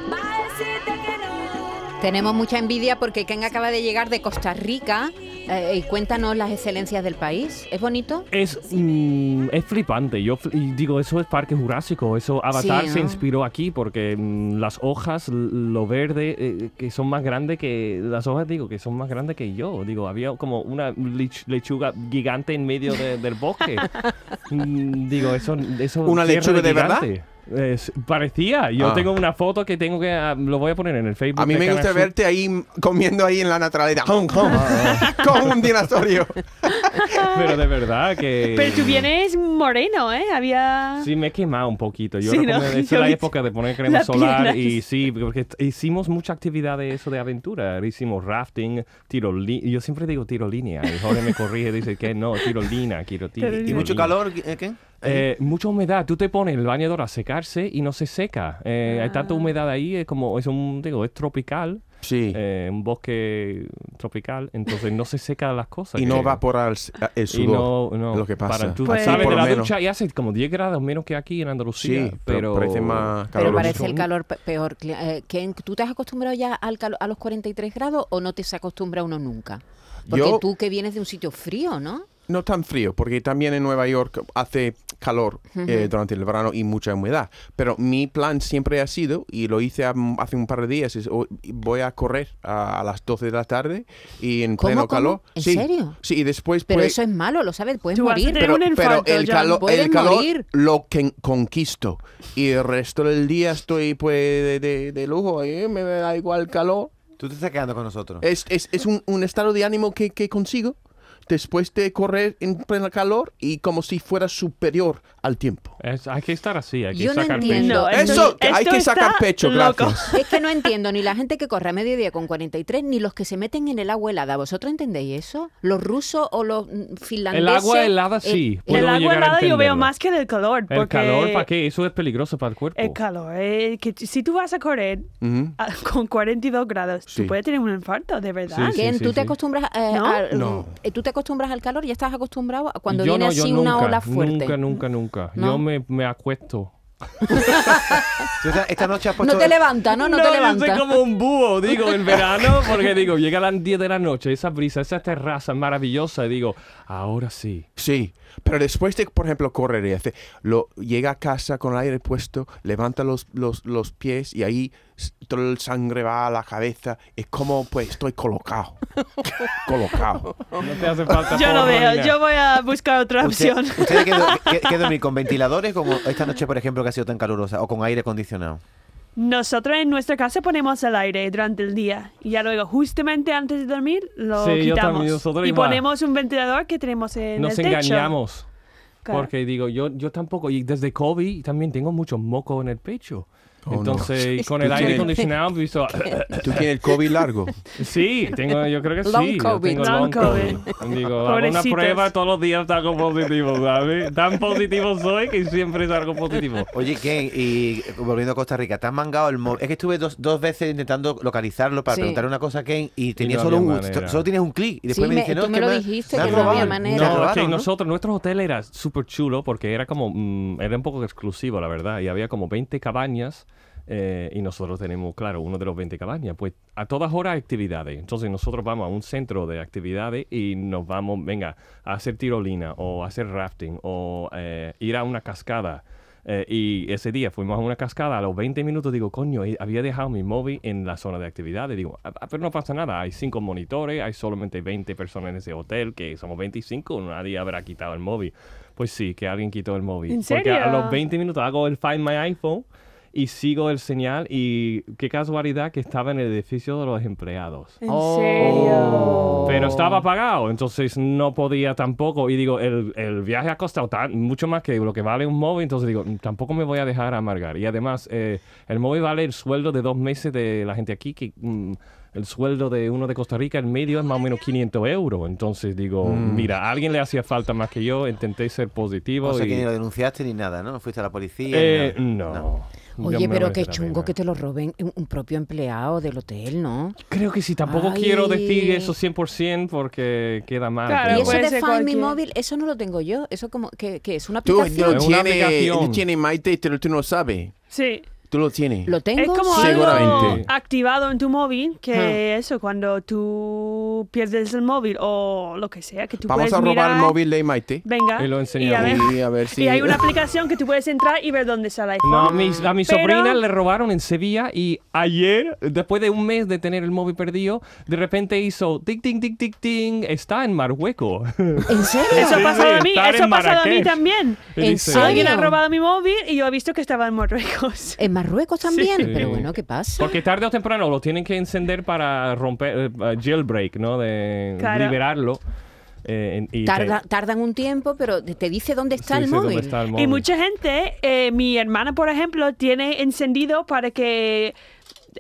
Speaker 17: para decirte que no.
Speaker 9: Tenemos mucha envidia porque Ken acaba de llegar de Costa Rica eh, y cuéntanos las excelencias del país. ¿Es bonito?
Speaker 7: Es, mm, es flipante. Yo fl- y digo, eso es Parque Jurásico. Eso Avatar
Speaker 9: Sí,
Speaker 7: se
Speaker 9: ¿no?
Speaker 7: inspiró aquí porque mm, las hojas, l- lo verde, eh, que son más grandes que. Las hojas, digo, que son más grandes que yo. Digo, había como una lech- lechuga gigante en medio de- del bosque. Mm, digo, eso. eso
Speaker 4: ¿Una
Speaker 7: tierra
Speaker 4: lechuga de verdad?
Speaker 7: gigante. Es- parecía. Yo
Speaker 4: Ah.
Speaker 7: tengo una foto que tengo que. ah, Lo voy a poner en el Facebook.
Speaker 4: A mí
Speaker 7: de
Speaker 4: me
Speaker 7: Canal
Speaker 4: gusta
Speaker 7: Sur.
Speaker 4: verte ahí comiendo ahí en la naturaleza. Hong Kong. Como un dinosaurio.
Speaker 7: Pero de verdad que.
Speaker 5: Pero tú vienes moreno, ¿eh? Había...
Speaker 7: Sí, me he quemado un poquito. Yo
Speaker 5: Sí,
Speaker 7: no
Speaker 5: ¿no?
Speaker 7: como- esa
Speaker 5: Yo
Speaker 7: es la
Speaker 5: vi-
Speaker 7: época de poner crema
Speaker 5: la
Speaker 7: solar
Speaker 5: pierna.
Speaker 7: y sí, porque t- hicimos mucha actividad de eso de aventura. Hicimos rafting, tirolina. Yo siempre digo tirolina. El joven me corrige, dice que no, tirolina, quiero ti-
Speaker 6: ¿Y,
Speaker 7: tirolina.
Speaker 4: Mm.
Speaker 6: mucho calor, eh, Ken?
Speaker 7: Eh, mucha humedad. Tú te pones el bañador a secarse y no se seca. Eh, Hay
Speaker 5: Ah.
Speaker 7: tanta humedad ahí, es como, es un, digo, es tropical. eh,
Speaker 4: Sí.
Speaker 7: un bosque tropical, entonces no se seca las cosas. Eh,
Speaker 4: Y no
Speaker 7: creo.
Speaker 4: evapora el, s- eh, el sudor.
Speaker 7: Y no, no,
Speaker 4: Lo que pasa.
Speaker 7: Para, tú
Speaker 2: Pues
Speaker 9: Pues
Speaker 4: Aquí
Speaker 7: sabes
Speaker 4: por
Speaker 7: de
Speaker 4: lo
Speaker 7: la
Speaker 4: menos.
Speaker 7: ducha y hace como 10 grados menos que aquí en Andalucía.
Speaker 4: Sí, pero
Speaker 7: pero,
Speaker 4: parece más
Speaker 9: Pero parece el calor pe- peor. Cli- eh, Ken, ¿Tú te has acostumbrado ya al calo- a los 43 grados o no te se acostumbra uno nunca? Porque
Speaker 4: Yo-
Speaker 9: tú que vienes de un sitio frío, ¿no?
Speaker 4: No tan frío, porque también en Nueva York hace calor
Speaker 9: Ujú.
Speaker 4: eh, durante el verano y mucha humedad. Pero mi plan siempre ha sido, y lo hice ha- hace un par de días, es hoy voy a correr a, a las 12 de la tarde y en
Speaker 9: ¿Cómo,
Speaker 4: pleno
Speaker 9: cómo?
Speaker 4: calor.
Speaker 9: ¿En
Speaker 4: sí,
Speaker 9: serio?
Speaker 4: Sí, y después...
Speaker 9: Pero
Speaker 4: pues-
Speaker 9: eso es malo, lo sabes, puedes
Speaker 5: Tú vas a
Speaker 9: morir.
Speaker 5: tener un infarto,
Speaker 4: pero el,
Speaker 5: John.
Speaker 4: calor
Speaker 9: Puedes
Speaker 4: el calor
Speaker 9: morir.
Speaker 4: lo que conquisto. Y el resto del día estoy pues de, de- de lujo. eh, me da igual calor.
Speaker 6: Tú te estás quedando con nosotros.
Speaker 5: Eh.
Speaker 4: Es, es- es un, un estado de ánimo que, que consigo después de correr en pleno calor y como si fuera superior al tiempo.
Speaker 7: Es- hay que estar así, hay que
Speaker 9: Yo no
Speaker 7: sacar pecho.
Speaker 9: entiendo.
Speaker 4: Eso, hay que sacar pecho, gracias.
Speaker 9: Es que no entiendo ni la gente que corre a mediodía con 43 ni los que se meten en el agua helada. ¿Vosotros entendéis eso? ¿Los rusos o los mm, finlandeses?
Speaker 7: El agua helada sí.
Speaker 9: Eh,
Speaker 7: puedo
Speaker 5: el agua
Speaker 7: llegar a
Speaker 5: helada yo veo
Speaker 7: entenderlo.
Speaker 5: más que del calor.
Speaker 7: El
Speaker 5: porque
Speaker 7: calor, ¿para qué? Eso es peligroso para el cuerpo.
Speaker 5: El calor. eh, que t- si tú vas a correr
Speaker 7: Ujú.
Speaker 5: a- con 42 grados,
Speaker 7: Sí.
Speaker 5: tú puedes tener un infarto, de verdad.
Speaker 7: Sí, sí,
Speaker 9: Ken,
Speaker 7: sí,
Speaker 9: tú
Speaker 7: sí.
Speaker 9: te acostumbras eh,
Speaker 5: No.
Speaker 9: al-
Speaker 7: No.
Speaker 9: eh, tú te acostumbras al calor, ya estás acostumbrado a cuando
Speaker 7: yo
Speaker 9: viene
Speaker 7: no, yo
Speaker 9: así una
Speaker 7: nunca,
Speaker 9: ola fuerte.
Speaker 7: Nunca, nunca, nunca.
Speaker 9: ¿No?
Speaker 7: Yo me, me acuesto
Speaker 6: Tú esta, esta noche has puesto...
Speaker 3: No te levanta, ¿no? No, te levanta.
Speaker 7: Yo soy como un búho, digo, en verano, porque digo, llega a las 10 de la noche, esa brisa, esa terraza maravillosa, y digo, ahora sí.
Speaker 4: Sí, pero después de, por ejemplo, correr y hace, lo, llega a casa con el aire puesto, levanta los, los, los pies y ahí s- todo el sangre va a la cabeza. Es como, pues, estoy colocado. colocado.
Speaker 9: Oh.
Speaker 7: No te hace falta
Speaker 5: Yo no veo, yo voy a buscar otra
Speaker 6: Usted-
Speaker 5: opción.
Speaker 6: ¿Ustedes qué, du- qué- qué dormir? ¿Con ventiladores como esta noche, por ejemplo, que ha sido tan calurosa? ¿O con aire acondicionado?
Speaker 5: Nosotros en nuestra casa ponemos el aire durante el día y ya luego justamente antes de dormir lo
Speaker 7: Sí, yo
Speaker 5: quitamos
Speaker 7: también, nosotros
Speaker 5: y
Speaker 7: igual.
Speaker 5: ponemos un ventilador que tenemos en
Speaker 7: Nos
Speaker 5: el techo.
Speaker 7: engañamos.
Speaker 5: Claro.
Speaker 7: Porque digo, yo, yo tampoco, y desde COVID también tengo mucho moco en el pecho.
Speaker 4: Oh, no.
Speaker 7: Entonces,
Speaker 4: Es
Speaker 7: con
Speaker 4: que
Speaker 7: el
Speaker 4: tú
Speaker 7: aire
Speaker 4: tienes-
Speaker 7: acondicionado, he visto.
Speaker 4: ¿Tú tienes el COVID largo?
Speaker 7: Sí, tengo, yo creo que
Speaker 4: Long
Speaker 7: sí. yo
Speaker 4: COVID.
Speaker 7: tengo
Speaker 4: Long
Speaker 7: long COVID.
Speaker 4: COVID.
Speaker 7: Digo, hago una
Speaker 4: Pobrecitos.
Speaker 7: prueba todos los días salgo positivo, ¿sabes? Tan positivo soy que siempre salgo positivo.
Speaker 6: Oye, Ken, y volviendo a Costa Rica, ¿te has mangado el móvil? Es que estuve dos, dos veces intentando localizarlo para
Speaker 3: Sí.
Speaker 6: preguntar una cosa a Ken y tenía
Speaker 7: no
Speaker 6: solo
Speaker 7: había
Speaker 6: un,
Speaker 7: manera.
Speaker 6: solo tienes un clic. Y
Speaker 3: Sí,
Speaker 6: después me
Speaker 3: me-
Speaker 6: dice, no,
Speaker 3: tú
Speaker 6: es
Speaker 3: me lo
Speaker 6: han-
Speaker 3: dijiste
Speaker 6: me han
Speaker 3: que no había
Speaker 6: robado".
Speaker 3: manera.
Speaker 6: Me han
Speaker 7: No, es
Speaker 6: robado,
Speaker 7: que
Speaker 6: ¿no?
Speaker 7: nosotros, nuestro hotel era súper chulo porque era como, mm, era un poco exclusivo, la verdad, y había como 20 cabañas eh, y nosotros tenemos, claro, uno de los 20 cabañas, pues a todas horas actividades. Entonces nosotros vamos a un centro de actividades y nos vamos, venga, a hacer tirolina o a hacer rafting o eh, ir a una cascada. Eh, y ese día fuimos a una cascada, a los 20 minutos digo, coño, eh, había dejado mi móvil en la zona de actividades. Digo, "Ah, ah, pero no pasa nada, hay cinco monitores, hay solamente 20 personas en ese hotel, que somos 25, nadie habrá quitado el móvil. Pues sí, que alguien quitó el móvil.
Speaker 5: ¿En
Speaker 7: Porque a- a
Speaker 5: serio?
Speaker 7: los 20 minutos hago el Find My iPhone y sigo el señal y qué casualidad que estaba en el edificio de los empleados.
Speaker 5: ¿En serio?
Speaker 7: Pero estaba pagado, entonces no podía tampoco. Y digo, el, el viaje ha costado tan, mucho más que lo que vale un móvil, entonces digo, "Mm, tampoco me voy a dejar amargar. Y además, eh, el móvil vale el sueldo de dos meses de la gente aquí, que mm, el sueldo de uno de Costa Rica, el medio es más o menos 500 euros. Entonces digo,
Speaker 6: Mm.
Speaker 7: mira, a alguien le hacía falta más que yo, intenté ser positivo.
Speaker 6: O sea,
Speaker 7: y-
Speaker 6: que ni lo denunciaste ni nada, ¿no? No fuiste a la policía.
Speaker 7: Eh,
Speaker 6: ni
Speaker 7: no.
Speaker 6: nada.
Speaker 7: Yo me
Speaker 3: Oye, pero
Speaker 7: merece
Speaker 3: qué
Speaker 7: la
Speaker 3: chungo
Speaker 7: pena.
Speaker 3: que te lo roben un un propio empleado del hotel, ¿no?
Speaker 7: Creo que sí, Tampoco quiero decir eso 100% porque queda mal. pero-
Speaker 3: y eso de Find Mi Móvil, eso no lo tengo yo. Eso como que, que es una
Speaker 4: Tú
Speaker 3: aplicación.
Speaker 4: lo tienes, lo tienes, Maite, pero tú no lo sabes.
Speaker 5: Sí.
Speaker 4: Tú lo tienes.
Speaker 3: Lo tengo.
Speaker 5: Es como algo
Speaker 4: Seguramente.
Speaker 5: activado en tu móvil, que
Speaker 7: Hmm.
Speaker 5: eso, cuando tú pierdes el móvil o lo que sea, que tú
Speaker 4: Vamos
Speaker 5: puedes
Speaker 4: a robar
Speaker 5: mirar-
Speaker 4: el móvil de Maite.
Speaker 5: Venga.
Speaker 7: Y lo
Speaker 5: Y a ver,
Speaker 7: enseñamos.
Speaker 4: Y a ver si...
Speaker 5: y hay una aplicación que tú puedes entrar y ver dónde está el iPhone.
Speaker 7: No, a mi, a mi
Speaker 5: Pero-
Speaker 7: sobrina le robaron en Sevilla y ayer, después de un mes de tener el móvil perdido, de repente hizo tic, tic, tic, tic, ting, está en Marruecos.
Speaker 3: ¿En serio?
Speaker 5: Eso ha pasado a mí, eso ha pasado a mí también.
Speaker 7: ¿En ¿En serio?
Speaker 5: Alguien ha robado mi móvil y yo he visto que estaba en Marruecos.
Speaker 3: En Marruecos también, pero bueno, ¿qué pasa?
Speaker 7: Porque tarde o temprano lo tienen que encender para romper, eh, jailbreak, ¿no? De
Speaker 3: Claro.
Speaker 7: liberarlo. eh, en- y te-
Speaker 3: Tarda- tardan un tiempo, pero te dice dónde está,
Speaker 7: Sí,
Speaker 3: el,
Speaker 7: sí, dónde
Speaker 3: móvil.
Speaker 7: está el
Speaker 5: Y mucha gente, eh, mi hermana, por ejemplo, tiene encendido para que.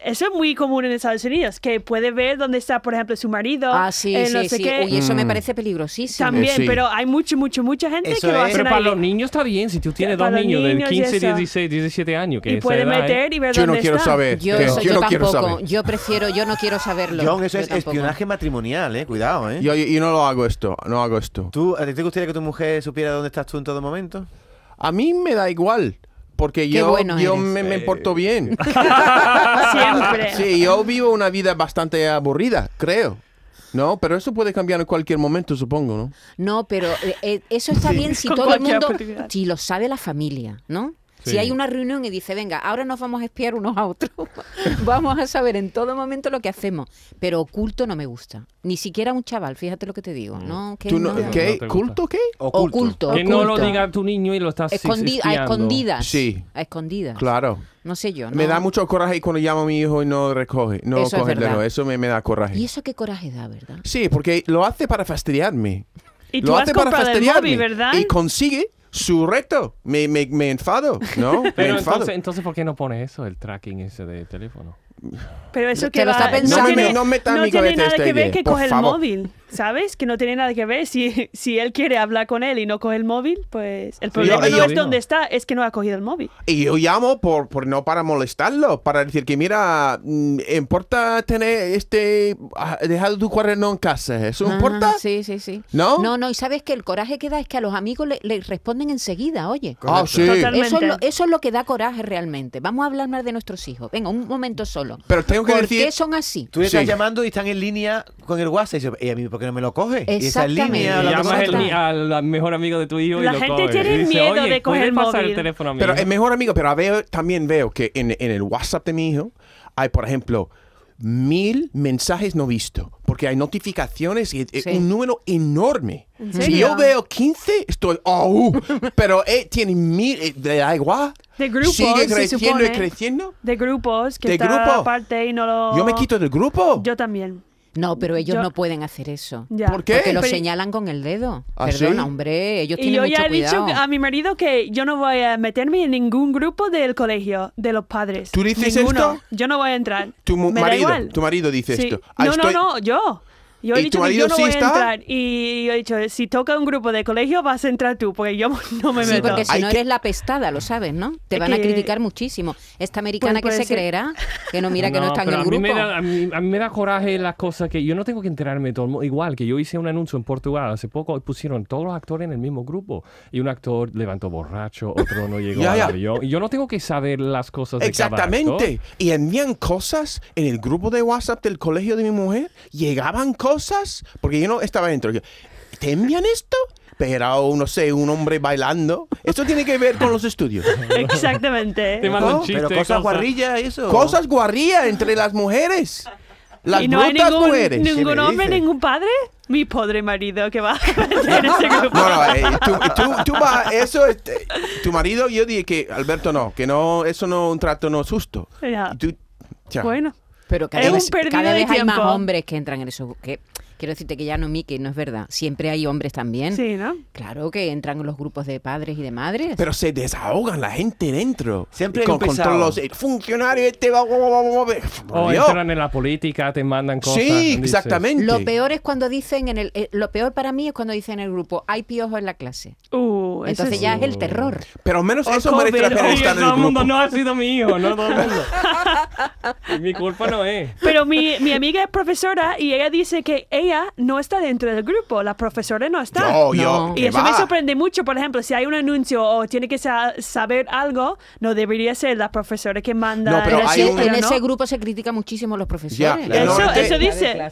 Speaker 5: Eso es muy común en Estados Unidos, que puede ver dónde está, por ejemplo, su marido.
Speaker 3: Ah, sí,
Speaker 5: eh,
Speaker 3: sí,
Speaker 5: no sé
Speaker 3: sí.
Speaker 5: qué.
Speaker 3: Uy, eso
Speaker 7: Mm.
Speaker 3: me parece peligrosísimo.
Speaker 5: También,
Speaker 7: Eh, sí.
Speaker 5: pero hay mucho, mucho, mucha gente
Speaker 7: Eso
Speaker 5: que lo
Speaker 7: es.
Speaker 5: hace
Speaker 7: Pero para los niños está bien, si tú tienes
Speaker 5: Para
Speaker 7: dos
Speaker 5: los
Speaker 7: niños de
Speaker 5: niños y
Speaker 7: 15,
Speaker 5: eso.
Speaker 7: 16, 17 años, que
Speaker 5: Y
Speaker 7: esa
Speaker 5: puede
Speaker 7: edad, ¿eh?
Speaker 5: meter y ver Yo no dónde quiero está. saber,
Speaker 3: Yo,
Speaker 7: Pero
Speaker 3: eso, yo,
Speaker 7: yo no quiero
Speaker 3: tampoco.
Speaker 7: saber.
Speaker 3: Yo prefiero, yo no quiero saberlo.
Speaker 6: John, eso
Speaker 3: Yo
Speaker 6: es
Speaker 3: tampoco.
Speaker 6: espionaje matrimonial, eh. Cuidado, eh.
Speaker 4: Yo, yo no lo hago esto, no hago esto.
Speaker 6: ¿Tú, ¿A ti te gustaría que tu mujer supiera dónde estás tú en todo momento?
Speaker 4: A mí me da igual, porque yo,
Speaker 6: bueno
Speaker 4: yo
Speaker 6: eres.
Speaker 4: me, me
Speaker 6: Eh.
Speaker 4: porto bien.
Speaker 5: Siempre.
Speaker 4: Sí, yo vivo una vida bastante aburrida, creo. No, pero eso puede cambiar en cualquier momento, supongo, ¿no?
Speaker 3: No, pero eh, eh, eso está
Speaker 5: Sí.
Speaker 3: bien si
Speaker 5: Con
Speaker 3: todo el
Speaker 5: cualquier
Speaker 3: mundo,
Speaker 5: oportunidad.
Speaker 3: si lo sabe la familia, ¿no?
Speaker 4: Sí.
Speaker 3: Si hay una reunión y dice, venga, ahora nos vamos a espiar unos a otros, vamos a saber en todo momento lo que hacemos, pero oculto no me gusta, ni siquiera un chaval, fíjate lo que te digo, ¿no? Que
Speaker 4: ¿Tú no-
Speaker 3: no-
Speaker 4: ¿Qué?
Speaker 7: te gusta.
Speaker 4: ¿Culto qué?
Speaker 3: Oculto. Oculto,
Speaker 7: Que no lo
Speaker 3: oculto.
Speaker 7: diga tu niño y lo estás
Speaker 3: Escondi- a
Speaker 7: espiando.
Speaker 3: escondidas.
Speaker 4: Sí,
Speaker 3: A escondidas.
Speaker 4: claro.
Speaker 3: No sé yo.
Speaker 4: Me
Speaker 3: no-
Speaker 4: da mucho coraje cuando llamo a mi hijo y no recoge, no
Speaker 3: Eso es
Speaker 4: coge el
Speaker 3: verdad.
Speaker 4: teléfono. Eso me, me da coraje.
Speaker 3: Y eso qué coraje da, ¿verdad?
Speaker 4: Sí, porque lo hace para fastidiarme.
Speaker 5: Y tú
Speaker 4: lo
Speaker 5: has
Speaker 4: hace para
Speaker 5: comprado el
Speaker 4: fastidiarme.
Speaker 5: móvil, ¿verdad?
Speaker 4: Y consigue su reto. Me, me, me enfado, ¿no? Me
Speaker 7: Pero
Speaker 4: enfado.
Speaker 7: entonces, entonces, ¿por qué no pones eso, el tracking ese de teléfono?
Speaker 5: Pero eso
Speaker 4: Te
Speaker 5: que
Speaker 4: lo
Speaker 5: va-
Speaker 4: está pensando.
Speaker 5: No tiene,
Speaker 4: No me- no meta en
Speaker 5: no
Speaker 4: mi
Speaker 5: tiene
Speaker 4: cabeza
Speaker 5: nada
Speaker 4: esta
Speaker 5: que ver
Speaker 4: idea,
Speaker 5: que
Speaker 4: por
Speaker 5: coge el
Speaker 4: favor.
Speaker 5: móvil. ¿Sabes? Que no tiene nada que ver. Si, si él quiere hablar con él y no coge el móvil, pues el
Speaker 4: Sí,
Speaker 5: problema
Speaker 4: ahí
Speaker 5: no
Speaker 4: yo-
Speaker 5: es dónde está, es que no ha cogido el móvil.
Speaker 4: Y yo llamo por, por no para molestarlo, para decir que mira, mm, importa tener este ah, dejado tu cuaderno en casa, eso
Speaker 3: Ah,
Speaker 4: importa.
Speaker 3: sí, sí, sí.
Speaker 4: ¿No?
Speaker 3: No, no, y sabes que el coraje que da es que a los amigos le, le responden enseguida, oye.
Speaker 4: Ah, sí. Totalmente.
Speaker 3: Eso es, lo, eso es lo que da coraje realmente. Vamos a hablar más de nuestros hijos. Venga, un momento solo.
Speaker 4: Pero tengo que
Speaker 3: ¿Por
Speaker 4: decir-
Speaker 3: qué son así?
Speaker 6: Tú le estás llamando y están en línea con el WhatsApp. Y, yo, ¿y a mí por qué no me lo coge? Y está en
Speaker 7: Y
Speaker 6: línea. hablando con
Speaker 7: llamas el
Speaker 6: otro.
Speaker 7: ni- al mejor amigo de tu hijo y
Speaker 5: La
Speaker 7: lo
Speaker 5: gente
Speaker 7: coges.
Speaker 5: tiene
Speaker 7: Y dice,
Speaker 5: miedo
Speaker 7: "Oye,
Speaker 5: de coger
Speaker 7: ¿puedes
Speaker 5: el
Speaker 7: pasar
Speaker 5: móvil?"
Speaker 7: el teléfono a mí?
Speaker 4: Pero el mejor amigo, pero a ver, también veo que en, en el WhatsApp de mi hijo hay, por ejemplo, mil mensajes no vistos, porque hay notificaciones y eh,
Speaker 18: Sí.
Speaker 4: un número enorme.
Speaker 18: ¿En
Speaker 4: Si
Speaker 18: serio?
Speaker 4: yo veo 15, estoy, oh, uh", pero él tiene mil, eh, le da igual.
Speaker 5: De grupos,
Speaker 4: Sigue
Speaker 5: se
Speaker 4: creciendo y
Speaker 5: supone.
Speaker 4: creciendo.
Speaker 5: De grupos, que
Speaker 4: ¿De
Speaker 5: está
Speaker 4: grupo?
Speaker 5: aparte y no lo...
Speaker 4: Yo me quito del grupo.
Speaker 5: Oh. Yo también.
Speaker 3: No, pero ellos
Speaker 5: Yo-
Speaker 3: no pueden hacer eso.
Speaker 5: Ya. ¿Por qué?
Speaker 3: Porque lo
Speaker 5: Pero-
Speaker 3: señalan con el dedo.
Speaker 4: ¿Ah, sí?
Speaker 3: Perdona, hombre, ellos
Speaker 5: Y
Speaker 3: tienen
Speaker 5: yo
Speaker 3: mucho
Speaker 5: ya he
Speaker 3: cuidado.
Speaker 5: dicho a mi marido que yo no voy a meterme en ningún grupo del colegio, de los padres.
Speaker 4: ¿Tú dices
Speaker 5: Ninguno.
Speaker 4: esto?
Speaker 5: Yo no voy a entrar.
Speaker 4: Tu mu-
Speaker 5: Me da
Speaker 4: marido,
Speaker 5: igual.
Speaker 4: tu marido dice
Speaker 5: Sí.
Speaker 4: esto. Ah,
Speaker 5: No, no,
Speaker 4: estoy-
Speaker 5: no, yo. Yo he
Speaker 4: ¿Y tu
Speaker 5: dicho que yo
Speaker 4: marido
Speaker 5: no
Speaker 4: sí
Speaker 5: voy
Speaker 4: está?
Speaker 5: a entrar. Y yo he dicho, si toca un grupo de colegio, vas a entrar tú, porque yo no me
Speaker 3: Sí,
Speaker 5: meto.
Speaker 3: porque si no eres la pestada, lo sabes, ¿no? Te
Speaker 5: Es
Speaker 3: van a
Speaker 5: que-
Speaker 3: criticar muchísimo. Esta americana
Speaker 5: Pues puede
Speaker 3: que se
Speaker 5: ser.
Speaker 3: creerá, que no mira que no, está en
Speaker 7: pero
Speaker 3: el grupo.
Speaker 7: A mí, me da, a mí- a mí me da coraje las cosas que yo no tengo que enterarme de todo. el mundo. Igual que yo hice un anuncio en Portugal hace poco y pusieron todos los actores en el mismo grupo. Y un actor levantó borracho, otro no llegó
Speaker 4: Ya,
Speaker 7: al
Speaker 4: ya.
Speaker 7: avión. Y yo no tengo que saber las cosas de cada actor.
Speaker 4: Exactamente. Y envían cosas en el grupo de WhatsApp del colegio de mi mujer. Llegaban cosas, porque yo no estaba dentro. Yo, ¿Te envían esto? Pero, no sé, un hombre bailando. Esto tiene que ver con los estudios.
Speaker 5: Exactamente.
Speaker 4: ¿No? Cosas guarrillas entre las mujeres. Las
Speaker 5: y no hay
Speaker 4: brutas
Speaker 5: ningún,
Speaker 4: mujeres.
Speaker 5: ningún hombre, ningún padre. Mi pobre marido que va a meter en ese grupo.
Speaker 4: No, no, eh, tú, tú- tú va- eso, es- eh, tu marido, yo dije que, Alberto, no, que no, eso no, un trato no es justo.
Speaker 5: Ya.
Speaker 4: Y tú, ya.
Speaker 3: Pero cada
Speaker 4: Es un
Speaker 3: vez, cada
Speaker 4: perdido de
Speaker 3: vez hay más
Speaker 4: tiempo.
Speaker 3: hombres que entran en eso. Que, quiero decirte que ya no Miki, no es verdad. Siempre hay hombres también.
Speaker 5: Sí, ¿no?
Speaker 3: Claro que entran en los grupos de padres y de madres.
Speaker 4: Pero se desahogan la gente dentro.
Speaker 6: Siempre
Speaker 4: con,
Speaker 6: hay un
Speaker 4: con
Speaker 6: pesado.
Speaker 4: todos los eh, funcionarios. Este va, va, va, va, va. Por
Speaker 7: O
Speaker 4: Dios.
Speaker 7: entran en la política, te mandan cosas.
Speaker 4: Sí,
Speaker 7: dices.
Speaker 4: exactamente.
Speaker 3: Lo peor es cuando dicen en el eh, lo peor para mí es cuando dicen en el grupo hay piojos en la clase.
Speaker 5: Uh,
Speaker 7: eso
Speaker 3: Entonces
Speaker 7: sí.
Speaker 3: ya es el terror.
Speaker 4: Pero al menos
Speaker 7: O
Speaker 4: eso
Speaker 7: Oh, COVID,
Speaker 4: merece la pena
Speaker 7: oye,
Speaker 4: estar en el
Speaker 7: todo
Speaker 4: grupo.
Speaker 7: mundo no ha sido mi hijo, no todo el mundo. Mi culpa no es.
Speaker 5: Pero mi, mi amiga es profesora y ella dice que ella no está dentro del grupo, la profesora no está.
Speaker 4: No, yo- No.
Speaker 5: Y
Speaker 4: que
Speaker 5: eso
Speaker 4: va.
Speaker 5: me sorprende mucho, por ejemplo, si hay un anuncio o tiene que sa- saber algo, no debería ser la profesora que manda.
Speaker 4: No, pero Pero hay sí, un-
Speaker 3: en
Speaker 5: no.
Speaker 3: ese grupo se critica muchísimo a los profesores.
Speaker 4: Ya, Eso- enorme. eso
Speaker 5: dice.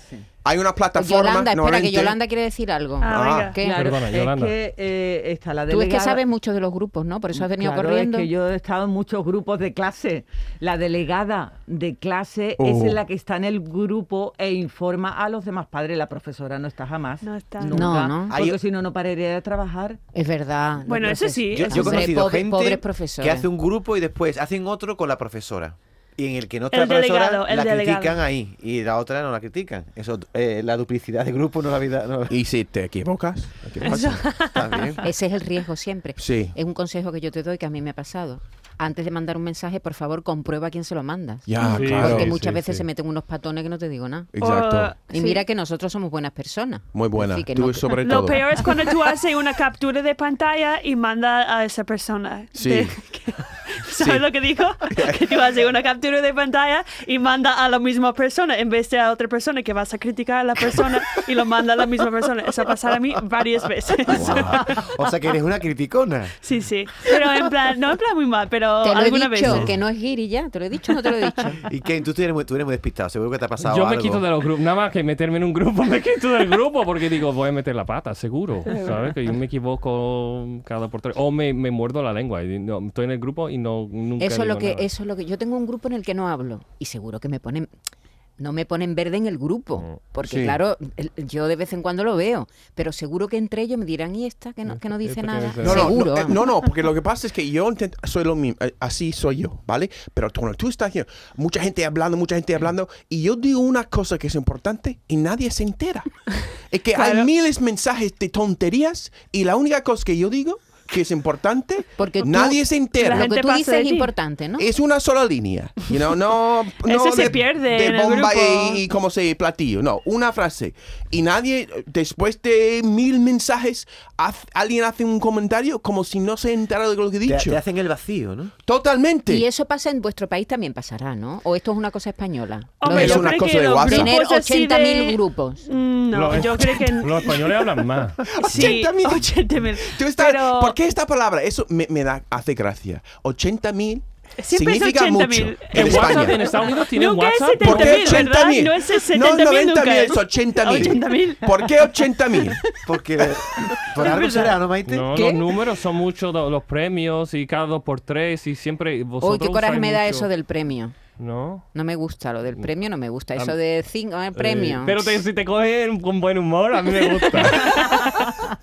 Speaker 4: Hay una plataforma.
Speaker 3: Yolanda, espera que
Speaker 4: normalmente-
Speaker 3: Yolanda quiere decir algo.
Speaker 4: Ah, Ah, venga.
Speaker 3: ¿Qué?
Speaker 4: claro, Perdona, es Yolanda. que,
Speaker 19: eh, está la
Speaker 3: Tú es que
Speaker 19: delegada-
Speaker 3: sabes mucho de los grupos, ¿no? Por eso has venido
Speaker 19: Claro,
Speaker 3: corriendo.
Speaker 19: Es que yo he estado en muchos grupos de clase. La delegada de clase
Speaker 3: Oh.
Speaker 19: es la que está en el grupo e informa a los demás padres. La profesora no está jamás. No
Speaker 5: está.
Speaker 19: Nunca,
Speaker 3: No, no. Hay-
Speaker 19: Porque si no, no pararía de trabajar.
Speaker 3: Es verdad.
Speaker 19: Bueno, eso sí,
Speaker 6: Yo, yo he
Speaker 19: Hombre,
Speaker 6: conocido
Speaker 19: pobre-
Speaker 6: gente
Speaker 19: pobres profesores.
Speaker 6: que hace un grupo y después hacen otro con la profesora. Y en el que no está
Speaker 19: El
Speaker 6: la profesora,
Speaker 19: delegado, el
Speaker 6: la
Speaker 19: delegado.
Speaker 6: critican ahí. Y la otra no la critican. Eso, eh, la duplicidad de grupo no la vida.
Speaker 4: Y si te equivocas, ¿qué pasa?
Speaker 3: Ese es el riesgo siempre.
Speaker 4: Sí.
Speaker 3: Es un consejo que yo te doy que a mí me ha pasado. Antes de mandar un mensaje, por favor, comprueba a quién se lo mandas.
Speaker 4: Ya, Sí, claro.
Speaker 3: Porque
Speaker 4: sí,
Speaker 3: muchas
Speaker 4: sí,
Speaker 3: veces
Speaker 4: sí.
Speaker 3: se meten unos patones que no te digo nada.
Speaker 4: Exacto.
Speaker 7: Oh.
Speaker 3: y mira que nosotros somos buenas personas.
Speaker 4: Muy buena.
Speaker 3: Así que
Speaker 4: Tú
Speaker 3: no-
Speaker 4: sobre
Speaker 5: Lo
Speaker 4: todo.
Speaker 5: peor es cuando tú haces una captura de pantalla y manda a esa persona.
Speaker 4: Sí.
Speaker 5: ¿Sabes lo que digo? Que tú haces una captura de pantalla y manda a la misma persona en vez de a otra persona que vas a criticar a la persona y lo manda a la misma persona. Eso ha pasado a mí varias veces.
Speaker 6: O sea que eres una criticona.
Speaker 5: Sí, sí. Pero en plan, no en plan muy mal, pero
Speaker 3: Te lo he
Speaker 5: alguna
Speaker 3: dicho,
Speaker 5: vez.
Speaker 3: que no es giri ya. Te lo he dicho o no te lo he dicho.
Speaker 6: Y que tú, tú eres muy, tú eres muy despistado. Seguro que te ha pasado
Speaker 7: Yo
Speaker 6: algo.
Speaker 7: me quito de los grupos, nada más que meterme en un grupo, me quito del grupo porque digo, voy a meter la pata, seguro. ¿Sabes? Que yo me equivoco cada por tres. O me, me muerdo la lengua. y no, estoy en el grupo y no nunca.
Speaker 3: Eso es lo
Speaker 7: digo
Speaker 3: que,
Speaker 7: nada.
Speaker 3: eso es lo que. Yo tengo un grupo en el que no hablo. Y seguro que me ponen. No me ponen verde en el grupo. Porque
Speaker 7: Sí.
Speaker 3: claro, el- yo de vez en cuando lo veo. Pero seguro que entre ellos me dirán, y esta que no, que no dice nada.
Speaker 4: No, no,
Speaker 3: seguro.
Speaker 4: no, eh,
Speaker 3: vamos.
Speaker 4: no, no, porque lo que pasa es que yo intent- soy lo mismo, eh, así soy yo, ¿vale? Pero cuando tú estás aquí, mucha gente hablando, mucha gente hablando, y yo digo una cosa que es importante y nadie se entera. es que hay miles de mensajes de tonterías y la única cosa que yo digo, que es importante,
Speaker 3: Porque tú-
Speaker 4: nadie se entera.
Speaker 3: Lo que tú dices es importante, ¿no?
Speaker 4: Es una sola línea. you know, No, no
Speaker 3: Eso se pierde
Speaker 4: de
Speaker 3: en el
Speaker 4: bomba
Speaker 3: grupo.
Speaker 4: Y, y como se platillo. No, una frase. Y nadie, después de mil mensajes, haz- alguien hace un comentario como si no se enterara de lo que he
Speaker 6: Te-
Speaker 4: dicho.
Speaker 6: te hacen el vacío, ¿no?
Speaker 4: Totalmente.
Speaker 3: Y eso pasa en vuestro país también pasará, ¿no? ¿O esto es una cosa española?
Speaker 4: Hombre,
Speaker 3: Lo
Speaker 4: yo creo que los
Speaker 3: Tener
Speaker 4: grupos así
Speaker 3: 80.000
Speaker 4: de-
Speaker 3: grupos.
Speaker 5: Mm, No,
Speaker 7: Los-
Speaker 5: yo creo que...
Speaker 7: Los españoles hablan más.
Speaker 5: Sí,
Speaker 4: 80.000.
Speaker 5: 80.000.
Speaker 4: Tú estás- ¿Por qué esta palabra? Eso me, me da, hace gracia. 80.000
Speaker 5: Siempre es
Speaker 4: significa
Speaker 5: 80.000.
Speaker 4: mucho.
Speaker 7: En WhatsApp, en Estados Unidos tienen Nunca es WhatsApp.
Speaker 4: ¿Por qué
Speaker 7: 70.000, ¿verdad?
Speaker 4: 80.000?
Speaker 7: No es
Speaker 5: 70.000
Speaker 4: No,
Speaker 5: nunca ¿eh?
Speaker 4: 90.000
Speaker 5: es.
Speaker 4: es 80.000.
Speaker 5: 80.000.
Speaker 4: ¿Por qué 80.000?
Speaker 6: Porque por algo
Speaker 7: verdad.
Speaker 6: será, ¿no, Maite?
Speaker 7: No, los números son muchos, do- los premios y cada dos por tres y siempre vosotros
Speaker 3: Uy, qué coraje
Speaker 7: usáis
Speaker 3: me da
Speaker 7: mucho- Mm.
Speaker 3: eso del premio.
Speaker 7: No.
Speaker 3: No me gusta, lo del premio no me gusta.
Speaker 7: A
Speaker 3: Eso
Speaker 7: mí-
Speaker 3: de cinco, el premio.
Speaker 7: Eh, pero te- si te cogen con buen humor, a mí me gusta.